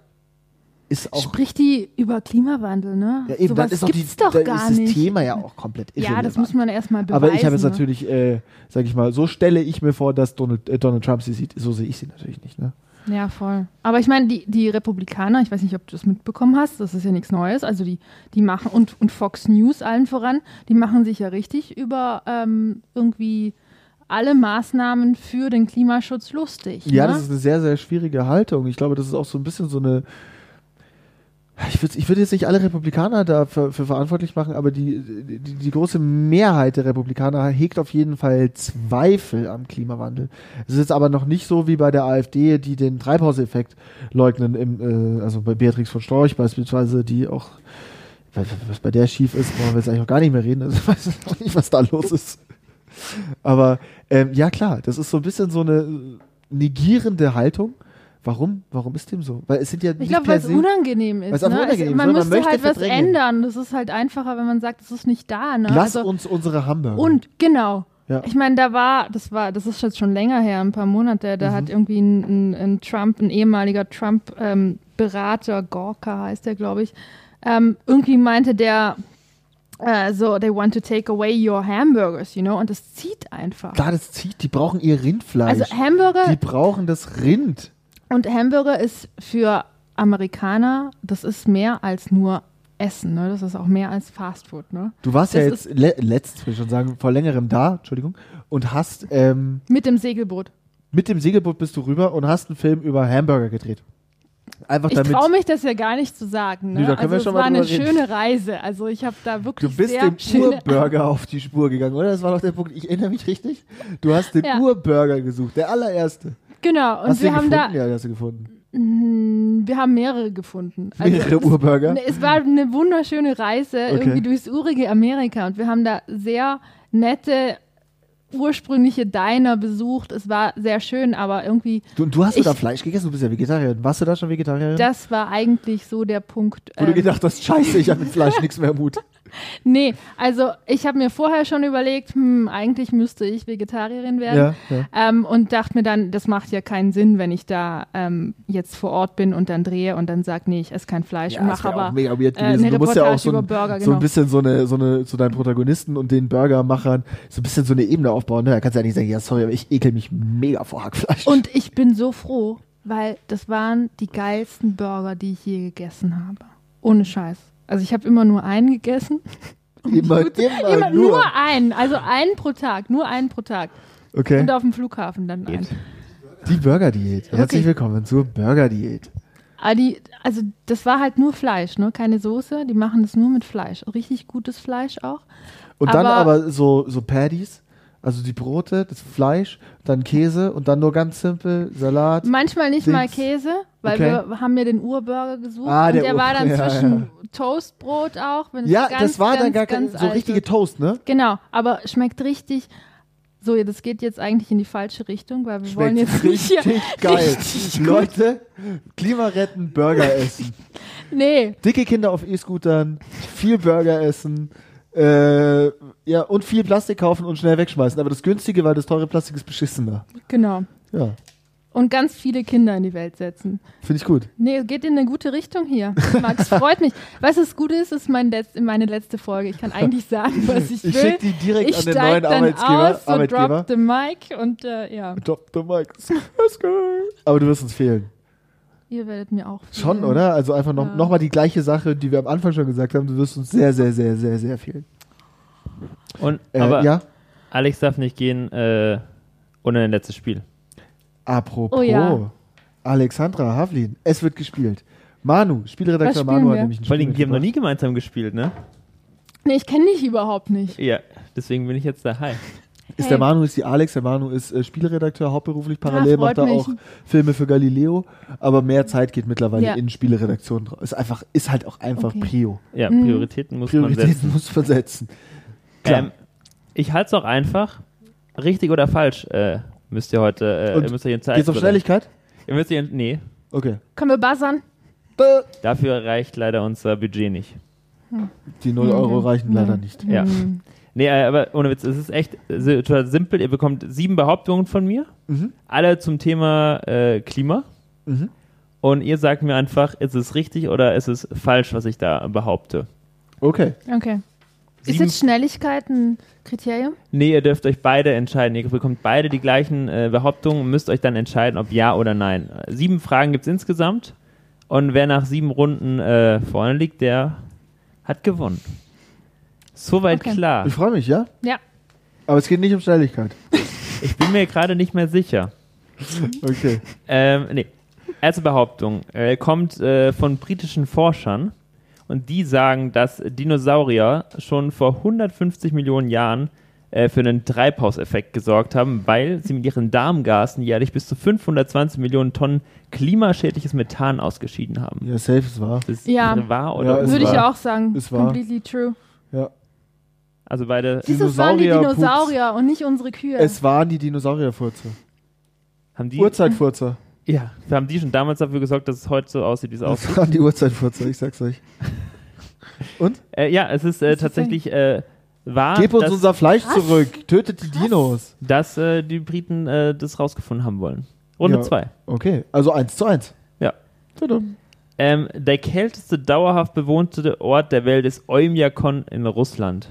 ist auch
Spricht die über Klimawandel, ne?
ja eben, dann
Sowas
ist auch die,
gibt's doch
dann
gar
ist das
nicht.
Thema ja auch komplett
ja,
irrelevant.
das muss man erstmal beweisen.
Aber ich habe jetzt
ne?
natürlich, äh, sage ich mal, so stelle ich mir vor, dass Donald, äh, Donald Trump sie sieht. So sehe ich sie natürlich nicht. Ne?
Ja, voll. Aber ich meine, die, die Republikaner, ich weiß nicht, ob du das mitbekommen hast, das ist ja nichts Neues. Also die, die machen, und, und Fox News allen voran, die machen sich ja richtig über ähm, irgendwie alle Maßnahmen für den Klimaschutz lustig.
Ja,
ne?
das ist eine sehr, sehr schwierige Haltung. Ich glaube, das ist auch so ein bisschen so eine. Ich würde ich würd jetzt nicht alle Republikaner dafür für verantwortlich machen, aber die, die, die große Mehrheit der Republikaner hegt auf jeden Fall Zweifel am Klimawandel. Es ist jetzt aber noch nicht so wie bei der AfD, die den Treibhauseffekt leugnen, im, äh, also bei Beatrix von Storch beispielsweise, die auch, was bei der schief ist, wollen wir jetzt eigentlich auch gar nicht mehr reden, also ich weiß auch nicht, was da los ist. Aber ähm, ja klar, das ist so ein bisschen so eine negierende Haltung. Warum? Warum ist dem so? Weil es sind ja
ich
nicht
glaube, weil
per
es
se
unangenehm ist.
Weil's einfach
ne?
unangenehm
es,
ist,
man
ne? Man
müsste
möchte
halt was
verdrängen.
ändern. Das ist halt einfacher, wenn man sagt, es ist nicht da. Ne?
Lass
also,
uns unsere Hamburger.
Und genau.
Mhm. Ja.
Ich meine, da war, das war, das ist jetzt schon länger her, ein paar Monate, da
Mhm.
hat irgendwie ein, ein, ein Trump, ein ehemaliger Trump-Berater, Gorka heißt der, glaube ich, ähm, irgendwie meinte der äh, so, they want to take away your hamburgers, you know, und das zieht einfach.
Klar, das zieht. Die brauchen ihr Rindfleisch.
also Hamburger
die brauchen das Rind.
und Hamburger ist für Amerikaner, das ist mehr als nur Essen, ne? Das ist auch mehr als Fast Food, ne?
Du warst ja
Das
jetzt le letzt, will ich schon sagen, vor längerem da, Entschuldigung, und hast ähm,
Mit dem Segelboot.
mit dem Segelboot bist du rüber und hast einen Film über Hamburger gedreht. Einfach
Ich
damit.
traue mich das ja gar nicht zu sagen. Ne?
Nee, da können
also
wir
es
schon mal
war eine
drüber reden.
schöne Reise. Also ich habe da wirklich
Du bist
sehr
dem
schöne
Urburger auf die Spur gegangen, oder? Das war doch der Punkt. Ich erinnere mich richtig. Du hast den
Ja.
Urburger gesucht, der allererste.
Genau. Und
hast
wir
du ihn
haben da, Mm,
gefunden? Ja, den hast du gefunden.
wir haben mehrere gefunden. Also
Mehrere
es-
Urburger?
ne, Es war eine wunderschöne Reise
Okay.
irgendwie durchs urige Amerika und wir haben da sehr nette ursprüngliche Diner besucht. Es war sehr schön, aber irgendwie
Du, und du hast
Ich-
da Fleisch gegessen, du bist ja Vegetarierin. Warst du da schon Vegetarierin?
das war eigentlich so der Punkt.
Wo du
ähm,
gedacht hast, scheiße, ich habe mit Fleisch nichts mehr im Mut.
nee, also ich habe mir vorher schon überlegt, hm, eigentlich müsste ich Vegetarierin werden.
ja.
Ähm, und dachte mir dann, das macht ja keinen Sinn, wenn ich da ähm, jetzt vor Ort bin und dann drehe und dann sag, nee, ich esse kein Fleisch
Ja,
und
das
mach
wär auch
aber
mega weird
äh,
gewesen. du
eine
musst ja auch
Reportage
so
über
ein,
Burger,
so ein
genau.
bisschen so eine, so eine, zu deinen Protagonisten und den Burgermachern, so ein bisschen so eine Ebene aufbauen. Ne? Da kannst du ja nicht sagen, ja, sorry, aber ich ekel mich mega vor Hackfleisch.
Und ich bin so froh, weil das waren die geilsten Burger, die ich je gegessen habe. Ohne Scheiß. Also ich habe immer nur einen gegessen.
immer,
Gut,
immer,
immer
nur.
nur einen, also einen pro Tag, nur einen pro Tag.
Okay.
Und auf dem Flughafen dann einen.
Geht.
Die Burger-Diät. Herzlich willkommen zur Burger-Diät.
Aber die, also das war halt nur Fleisch, ne? keine Soße. Die machen das nur mit Fleisch. Richtig gutes Fleisch auch.
Und dann
Aber-
aber so, so Patties, also die Brote, das Fleisch, dann Käse und dann nur ganz simpel Salat.
Manchmal nicht mal
Dings.
Käse, weil
Okay.
wir haben ja den Urburger gesucht.
Ah,
und
der
der war dann
Ur- ja,
zwischen Toastbrot auch. wenn es
ja,
ganz,
das war
ganz,
dann gar kein
ganz
so
alt
richtige
ist.
Toast, ne?
Genau, aber schmeckt richtig. So, das geht jetzt eigentlich in die falsche Richtung, weil wir wollen jetzt nicht
richtig
hier.
geil.
Richtig gut.
Leute, Klima retten, Burger essen.
Nee,
Dicke Kinder auf E-Scootern, viel Burger essen. Äh, ja, und viel Plastik kaufen und schnell wegschmeißen. Aber das günstige, weil das teure Plastik ist beschissener.
genau.
Ja,
Und ganz viele Kinder in die Welt setzen.
finde ich gut.
Nee, es geht in eine gute Richtung hier. Max, freut mich. Was das Gute ist, ist mein Letz meine letzte Folge. Ich kann eigentlich sagen, was ich will.
Ich schicke die direkt
ich
an den
steig
neuen
dann
Arbeitsgeber.
Aus, so
Arbeitgeber.
Drop the mic und äh, ja,
Drop the mic. Let's go. Aber du wirst uns fehlen.
ihr werdet mir auch.
Schon,
fehlen.
oder? Also einfach noch,
Ja.
noch mal die gleiche Sache, die wir am Anfang schon gesagt haben. Du wirst uns sehr, sehr, sehr, sehr, sehr fehlen.
Und,
Äh,
aber
ja,
Alex darf nicht gehen äh, ohne ein letztes Spiel.
apropos.
Oh ja.
Alexandra Havlin, es wird gespielt. Manu, Spielredakteur
Was spielen
Manu hat
wir?
nämlich ein
Vor
Spiel
allem, die haben noch
mitgebracht.
nie gemeinsam gespielt, ne?
Nee, ich kenne dich überhaupt nicht.
Ja, deswegen bin ich jetzt da. Hi.
Ist
Hey. Ah,
der Manu, ist die Alex. Der Manu ist äh, Spielredakteur hauptberuflich. Parallel macht
freut
er
mich.
auch Filme für Galileo. Aber mehr Zeit geht mittlerweile
Ja.
in Spieleredaktion drauf. Ist einfach, ist halt auch einfach
Okay.
Prio.
Ja,
Mhm.
Prioritäten muss man setzen.
Hm. Prioritäten muss versetzen. Klar.
Ähm, ich halte es auch einfach. Richtig oder falsch äh, müsst ihr heute. Äh,
Und
ihr müsst euch in Zeit
Geht's auf
bedenken.
Schnelligkeit?
Ihr müsst euch in, nee,
Okay.
Können wir buzzern?
Bäh.
dafür reicht leider unser Budget nicht.
Die 0 Euro
Mhm.
reichen leider nicht.
Ja.
Mhm.
Hm.
Nee, äh, aber ohne Witz, es ist echt si- total simpel. Ihr bekommt sieben Behauptungen von mir,
Mhm.
alle zum Thema äh, Klima.
Mhm.
Und ihr sagt mir einfach, ist es richtig oder ist es falsch, was ich da behaupte.
Okay.
Okay. Ist
Sieben-
jetzt Schnelligkeit ein Kriterium?
Nee, ihr dürft euch beide entscheiden. Ihr bekommt beide die gleichen äh, Behauptungen und müsst euch dann entscheiden, ob ja oder nein. Sieben Fragen gibt es insgesamt. Und wer nach sieben Runden äh, vorne liegt, der hat gewonnen. Soweit
Okay.
klar.
Ich freue mich, ja?
Ja.
Aber es geht nicht um Schnelligkeit.
Ich bin mir gerade nicht mehr sicher.
Okay.
Ähm, nee. Erste Behauptung äh, kommt äh, von britischen Forschern und die sagen, dass Dinosaurier schon vor 150 Millionen Jahren äh, für einen Treibhauseffekt gesorgt haben, weil sie mit ihren Darmgasen jährlich bis zu 520 Millionen Tonnen klimaschädliches Methan ausgeschieden haben.
Ja, safe es war.
Das
Ja.
wahr oder
Ja, es
Würde ich
war-
auch sagen.
es war-
Completely true.
Also beide
Siehst du, es waren die
Dinosaurier-Pups.
Dinosaurier und nicht unsere Kühe.
Es waren die Dinosaurierfurze.
haben die
Urzeitfurze.
ja, haben die schon damals dafür gesorgt, dass es heute so aussieht, wie es aussieht.
Es waren die Urzeitfurze, ich sag's euch.
Äh, ja, es ist äh,
Das ist
tatsächlich äh, wahr,
Gebt uns
dass-
unser Fleisch
Was?
zurück. Tötet die Dinos.
dass äh, die Briten äh, das rausgefunden haben wollen. Runde
Ja.
2.
Okay, also eins zu eins.
Ja.
Tudum.
Ähm, der kälteste dauerhaft bewohnte Ort der Welt ist Oymyakon in Russland.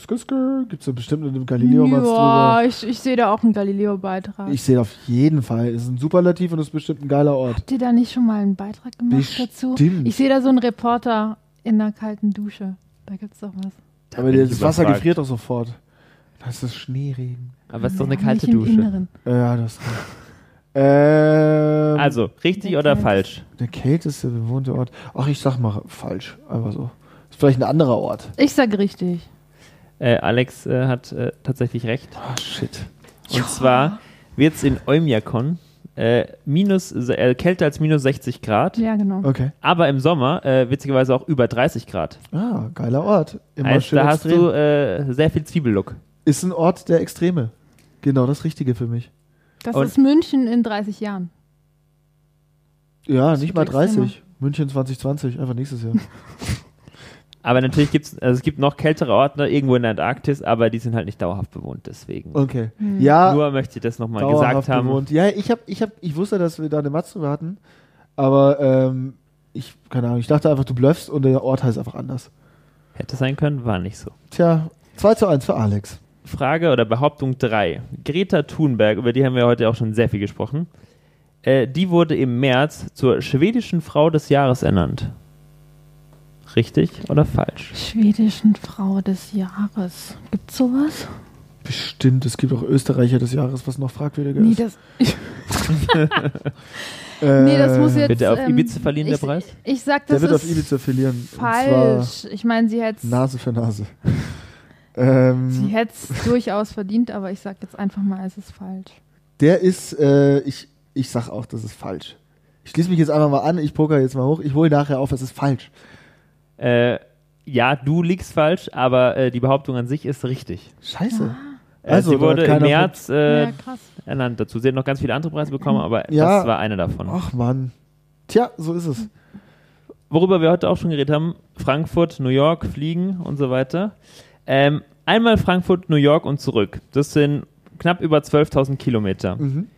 Skr, skr. Gibt's ja bestimmt in dem Galileo mal drüber.
ja, oh, ich, ich sehe da auch einen Galileo-Beitrag.
Ich sehe auf jeden Fall. Ist ein Superlativ und ist bestimmt ein geiler Ort.
Habt ihr da nicht schon mal einen Beitrag gemacht dazu?
Bestimmt.
Ich sehe da so einen Reporter in der kalten Dusche. Da gibt's doch was.
Da
Aber
bin
das
ich
Wasser
überfragt.
gefriert doch sofort. Das ist Schneeregen.
Aber es ist doch eine
Ja,
kalte
nicht im
Dusche.
Inneren.
Ja, das. ähm,
Also, richtig
Der
oder
kälteste-
falsch?
Der kälteste bewohnte Ort. Ach, ich sag mal falsch. Einfach so. Ist vielleicht ein anderer Ort.
Ich sag richtig.
Äh, Alex äh, hat äh, tatsächlich recht.
Ah, shit.
Und zwar wird es in Oymyakon äh, minus, äh, kälter als minus 60 Grad,
Ja, genau.
Okay.
aber im Sommer äh, witzigerweise auch über 30 Grad.
Ah, geiler Ort. Immer
Also,
schön
da hast
extrem.
du äh, sehr viel Zwiebellook.
Ist ein Ort der Extreme. Genau das Richtige für mich.
Das
Und-
ist München in 30 Jahren.
Ja, nicht mal
Extremer.
30. München 2020, einfach nächstes Jahr.
Aber natürlich gibt es, also es gibt noch kältere Orte irgendwo in der Antarktis, aber die sind halt nicht dauerhaft bewohnt, deswegen.
Okay. Ja,
Nur möchte ich das nochmal
dauerhaft
gesagt haben.
bewohnt. Ja, ich hab, ich hab, ich wusste, dass wir da eine Matz drüber hatten, aber ähm, ich, keine Ahnung, ich dachte einfach, du bluffst und der Ort heißt einfach anders.
Hätte sein können, war nicht so.
Tja, 2 zu 1 für Alex.
Frage oder Behauptung 3. Greta Thunberg, über die haben wir heute auch schon sehr viel gesprochen, äh, die wurde im März zur schwedischen Frau des Jahres ernannt. Richtig oder falsch?
Schwedischen Frau des Jahres. Gibt's sowas?
Bestimmt, es gibt auch Österreicher des Jahres, was noch fragwürdiger
Nee,
ist.
das, nee, das muss jetzt.
Bitte auf
ähm,
Ibiza verliehen der
ich,
Preis?
Ich sag,
Der
das
wird auf
ist
Ibiza verlieren. Und
falsch. Ich meine, sie hätte
zwar Nase für Nase.
sie
ähm,
hätte es durchaus verdient, aber ich sag jetzt einfach mal, es ist falsch.
der ist, äh, ich, ich sag auch, das ist falsch. Ich schließe mich jetzt einfach mal an, ich poker jetzt mal hoch, ich hole nachher auf, es ist falsch.
Äh, ja, du liegst falsch, aber äh, die Behauptung an sich ist richtig.
Scheiße.
Ah.
Äh,
Also,
sie
da hat
wurde im
keiner
März äh,
ja, krass.
ernannt dazu. Sie hat noch ganz viele andere Preise bekommen, aber
Hm. Ja.
das war eine davon.
von- Ach Mann. Tja, so ist es.
Worüber wir heute auch schon geredet haben, Frankfurt, New York, Fliegen und so weiter. Ähm, einmal Frankfurt, New York und zurück. Das sind knapp über 12.000 Kilometer.
Mhm.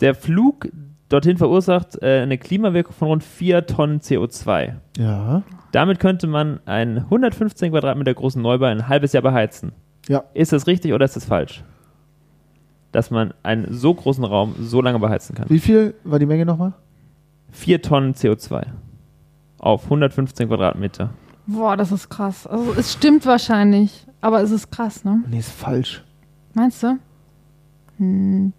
Der Flug dorthin verursacht äh, eine Klimawirkung von rund 4 Tonnen CO2.
Ja.
Damit könnte man einen 115 Quadratmeter großen Neubau ein halbes Jahr beheizen.
Ja.
Ist das richtig oder ist das falsch? Dass man einen so großen Raum so lange beheizen kann.
Wie viel war die Menge nochmal?
4 Tonnen CO2 auf 115 Quadratmeter.
Boah, das ist krass. Also, es stimmt wahrscheinlich, aber es ist krass, ne?
Nee, ist falsch.
Meinst du? Hm.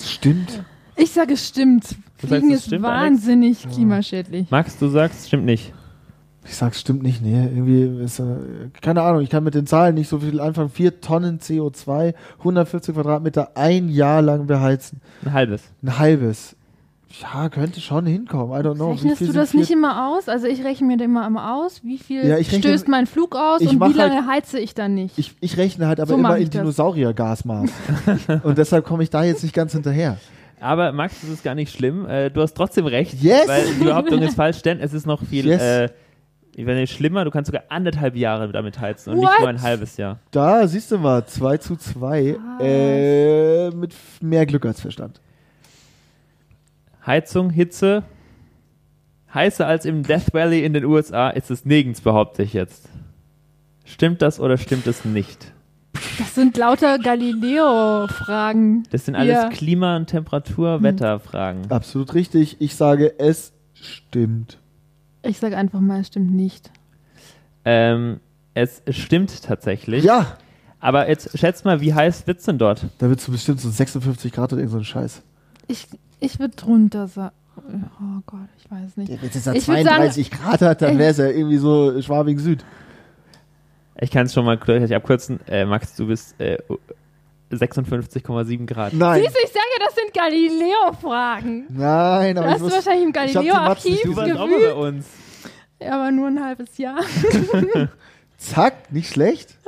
Stimmt.
Ich sage, es stimmt.
sagst,
Fliegen
es
ist
stimmt, Alex?
wahnsinnig klimaschädlich.
Max, du sagst, stimmt nicht.
Ich sag, stimmt nicht. Nee, irgendwie ist, äh, keine Ahnung, ich kann mit den Zahlen nicht so viel anfangen. Vier Tonnen CO2, 140 Quadratmeter, ein Jahr lang beheizen.
Ein halbes.
Ein halbes. Ja, könnte schon hinkommen. I don't know. Wie
Rechnest
viel
du
sind
das
vier-
nicht immer aus? Also ich rechne mir da immer immer aus, wie viel
Ja, ich rechne-
stößt mein Flug aus
ich
und wie
mach halt-
lange heize ich dann nicht?
Ich, ich rechne halt aber
So mach
immer
ich
in
das.
Dinosauriergasmaß. Und deshalb komme ich da jetzt nicht ganz hinterher.
Aber Max, das ist gar nicht schlimm. Äh, du hast trotzdem recht.
Yes!
Weil die Behauptung ist falsch, denn es ist noch viel
Yes.
äh, wenn nicht schlimmer. Du kannst sogar anderthalb Jahre damit heizen und
What?
nicht nur ein halbes Jahr.
Da siehst du mal, 2 zu 2 äh, mit f- mehr Glück als Verstand.
Heizung, Hitze. Heißer als im Death Valley in den USA ist es nirgends, behaupte ich jetzt. Stimmt das oder stimmt es nicht?
das sind lauter Galileo-Fragen.
Das sind alles
Ja.
Klima- und Temperatur-Wetterfragen.
Absolut richtig. Ich sage, es stimmt.
Ich sage einfach mal, es stimmt nicht.
Ähm, es stimmt tatsächlich.
Ja,
Aber jetzt schätzt mal, wie heiß wird's denn dort?
da wird du bestimmt so 56 Grad oder irgend so ein Scheiß.
Ich, ich würde drunter sagen. Oh Gott, ich weiß nicht.
Ja, Wenn es jetzt da
Ich würd
32 Grad hat, dann wäre es ja irgendwie so Schwabing Süd.
Ich kann es schon mal gleich abkürzen. Äh, Max, du bist äh, 56,7 Grad.
Nein.
Siehst du, ich sage, das sind Galileo-Fragen.
Nein, aber
Das
ich
ist
wusste,
wahrscheinlich im
ich hab die Matz nicht
Galileo-Archiv
Du
gesehen.
warst auch mal bei
gewühlt.
uns.
Ja, aber nur ein halbes Jahr.
zack, nicht schlecht.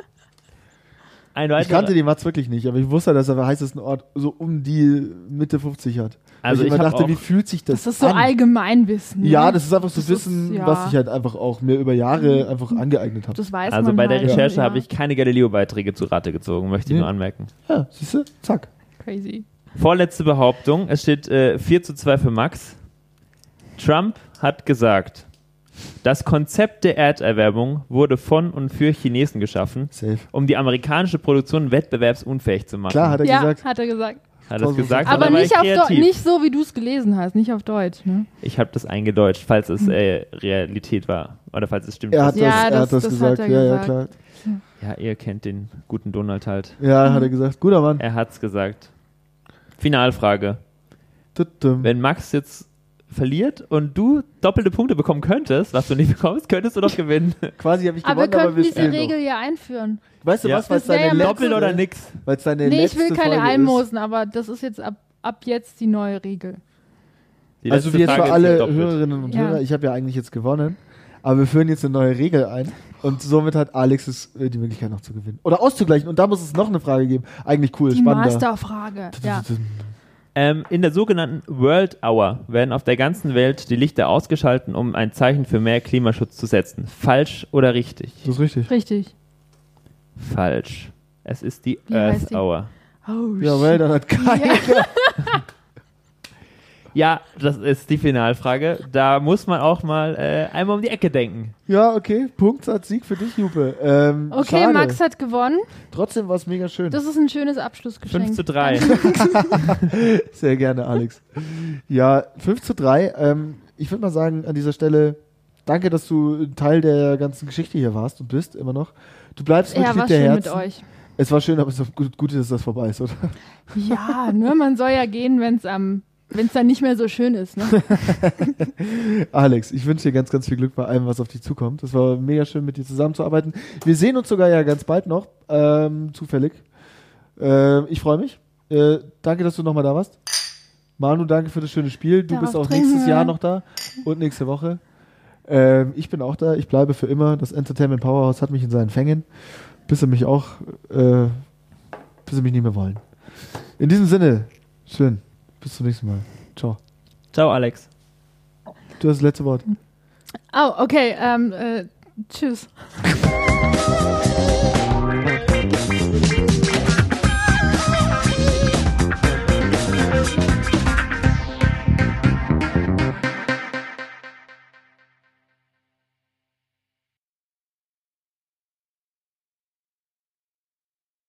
Ich
Ein
kannte
weiterer-
den Mats wirklich nicht, aber ich wusste, dass er am heißesten Ort so um die Mitte 50 hat. Weil
Also
ich
ich
immer
hab
dachte,
auch-
wie fühlt sich das
Das ist so
an?
Allgemeinwissen. ne?
Ja, das ist einfach so
Das ist-
Wissen,
ja. Mhm.
was ich halt einfach auch mir über Jahre einfach angeeignet habe.
das weiß
also
man
bei der
halt,
Recherche
ja.
habe ich keine Galileo-Beiträge zu Rate gezogen, möchte ich
Nee.
nur anmerken.
Ja, siehst du? Zack.
Crazy.
Vorletzte Behauptung. Es steht äh, 4 zu 2 für Max. Trump hat gesagt, das Konzept der Erderwärmung wurde von und für Chinesen geschaffen,
Safe.
um die amerikanische Produktion wettbewerbsunfähig zu machen.
Klar hat er
Ja,
gesagt.
hat er gesagt.
Hat er das gesagt,
Aber
oder war
nicht,
ich
auf Deu-
kreativ?
nicht so, wie du es gelesen hast, nicht auf Deutsch. Ne?
Ich habe das eingedeutscht, falls es
Hm.
äh, Realität war. Oder falls es stimmt.
Er hat,
Ja,
das, er
das-
hat das,
das hat
gesagt.
er
ja, ja,
gesagt.
klar.
ja, ihr kennt den guten Donald halt.
Ja,
Mhm.
hat er gesagt. Guter Mann.
Er hat's gesagt. Finalfrage.
Tutum.
Wenn Max jetzt verliert und du doppelte Punkte bekommen könntest, was du nicht bekommst, könntest du doch gewinnen.
Quasi habe ich
Aber wir
gewonnen, aber also.
könnten
wir
diese
spielen
Regel
noch.
ja einführen.
Weißt du
Ja.
was, weil es
Das
deine
wär ja
letzte,
mit-
Doppel oder nix.
Weil es deine
nee, ich
letzte
will keine
Folge ist.
Almosen, aber das ist jetzt ab, ab jetzt die neue Regel.
Die
Also
letzte
wie jetzt
Frage
für
ist
alle
gedoppelt.
Hörerinnen und
Ja.
Hörer, ich habe ja eigentlich jetzt gewonnen, aber wir führen jetzt eine neue Regel ein und somit hat Alex es, äh, die Möglichkeit noch zu gewinnen. Oder auszugleichen und da muss es noch eine Frage geben. Eigentlich cool,
Die
spannender.
Masterfrage. Ja.
Ähm, in der sogenannten World Hour werden auf der ganzen Welt die Lichter ausgeschalten, um ein Zeichen für mehr Klimaschutz zu setzen. Falsch oder richtig?
Das ist richtig.
Richtig.
Falsch. Es ist die
Wie heißt
Earth
die?
Hour.
Oh,
Ja,
shit.
well, dann hat keiner.
Ja, das ist die Finalfrage. Da muss man auch mal äh, einmal um die Ecke denken.
Ja, okay. Punktsatz, Sieg für dich, Juppe. Ähm,
Okay,
schade.
Max hat gewonnen.
Trotzdem war es mega schön.
Das ist ein schönes
5
Abschlussgeschenk.
zu 3.
Sehr gerne, Alex. ja, 5 zu 3. Ähm, ich würde mal sagen, an dieser Stelle, danke, dass du ein Teil der ganzen Geschichte hier warst und bist, immer noch. Du bleibst
Ja,
Mitglied
war
der
schön mit
Herzen.
euch.
Es war schön, aber es ist gut, gut, dass das vorbei ist, oder?
Ja, ne, man soll ja gehen, wenn es am wenn es dann nicht mehr so schön ist. Ne?
Alex, ich wünsche dir ganz, ganz viel Glück bei allem, was auf dich zukommt. Es war mega schön, mit dir zusammenzuarbeiten. Wir sehen uns sogar ja ganz bald noch, ähm, zufällig. Ähm, ich freue mich. Äh, danke, dass du nochmal da warst. Manu, danke für das schöne Spiel. Du
Darauf
bist auch
trinken
nächstes
wir.
Jahr noch da und nächste Woche. Ähm, ich bin auch da. Ich bleibe für immer. Das Entertainment Powerhouse hat mich in seinen Fängen, bis sie mich auch, äh, bis sie mich nicht mehr wollen. In diesem Sinne, schön. Bis zum nächsten Mal. Ciao.
Ciao, Alex.
Du hast das letzte Wort.
Oh, okay. Ähm, äh, tschüss.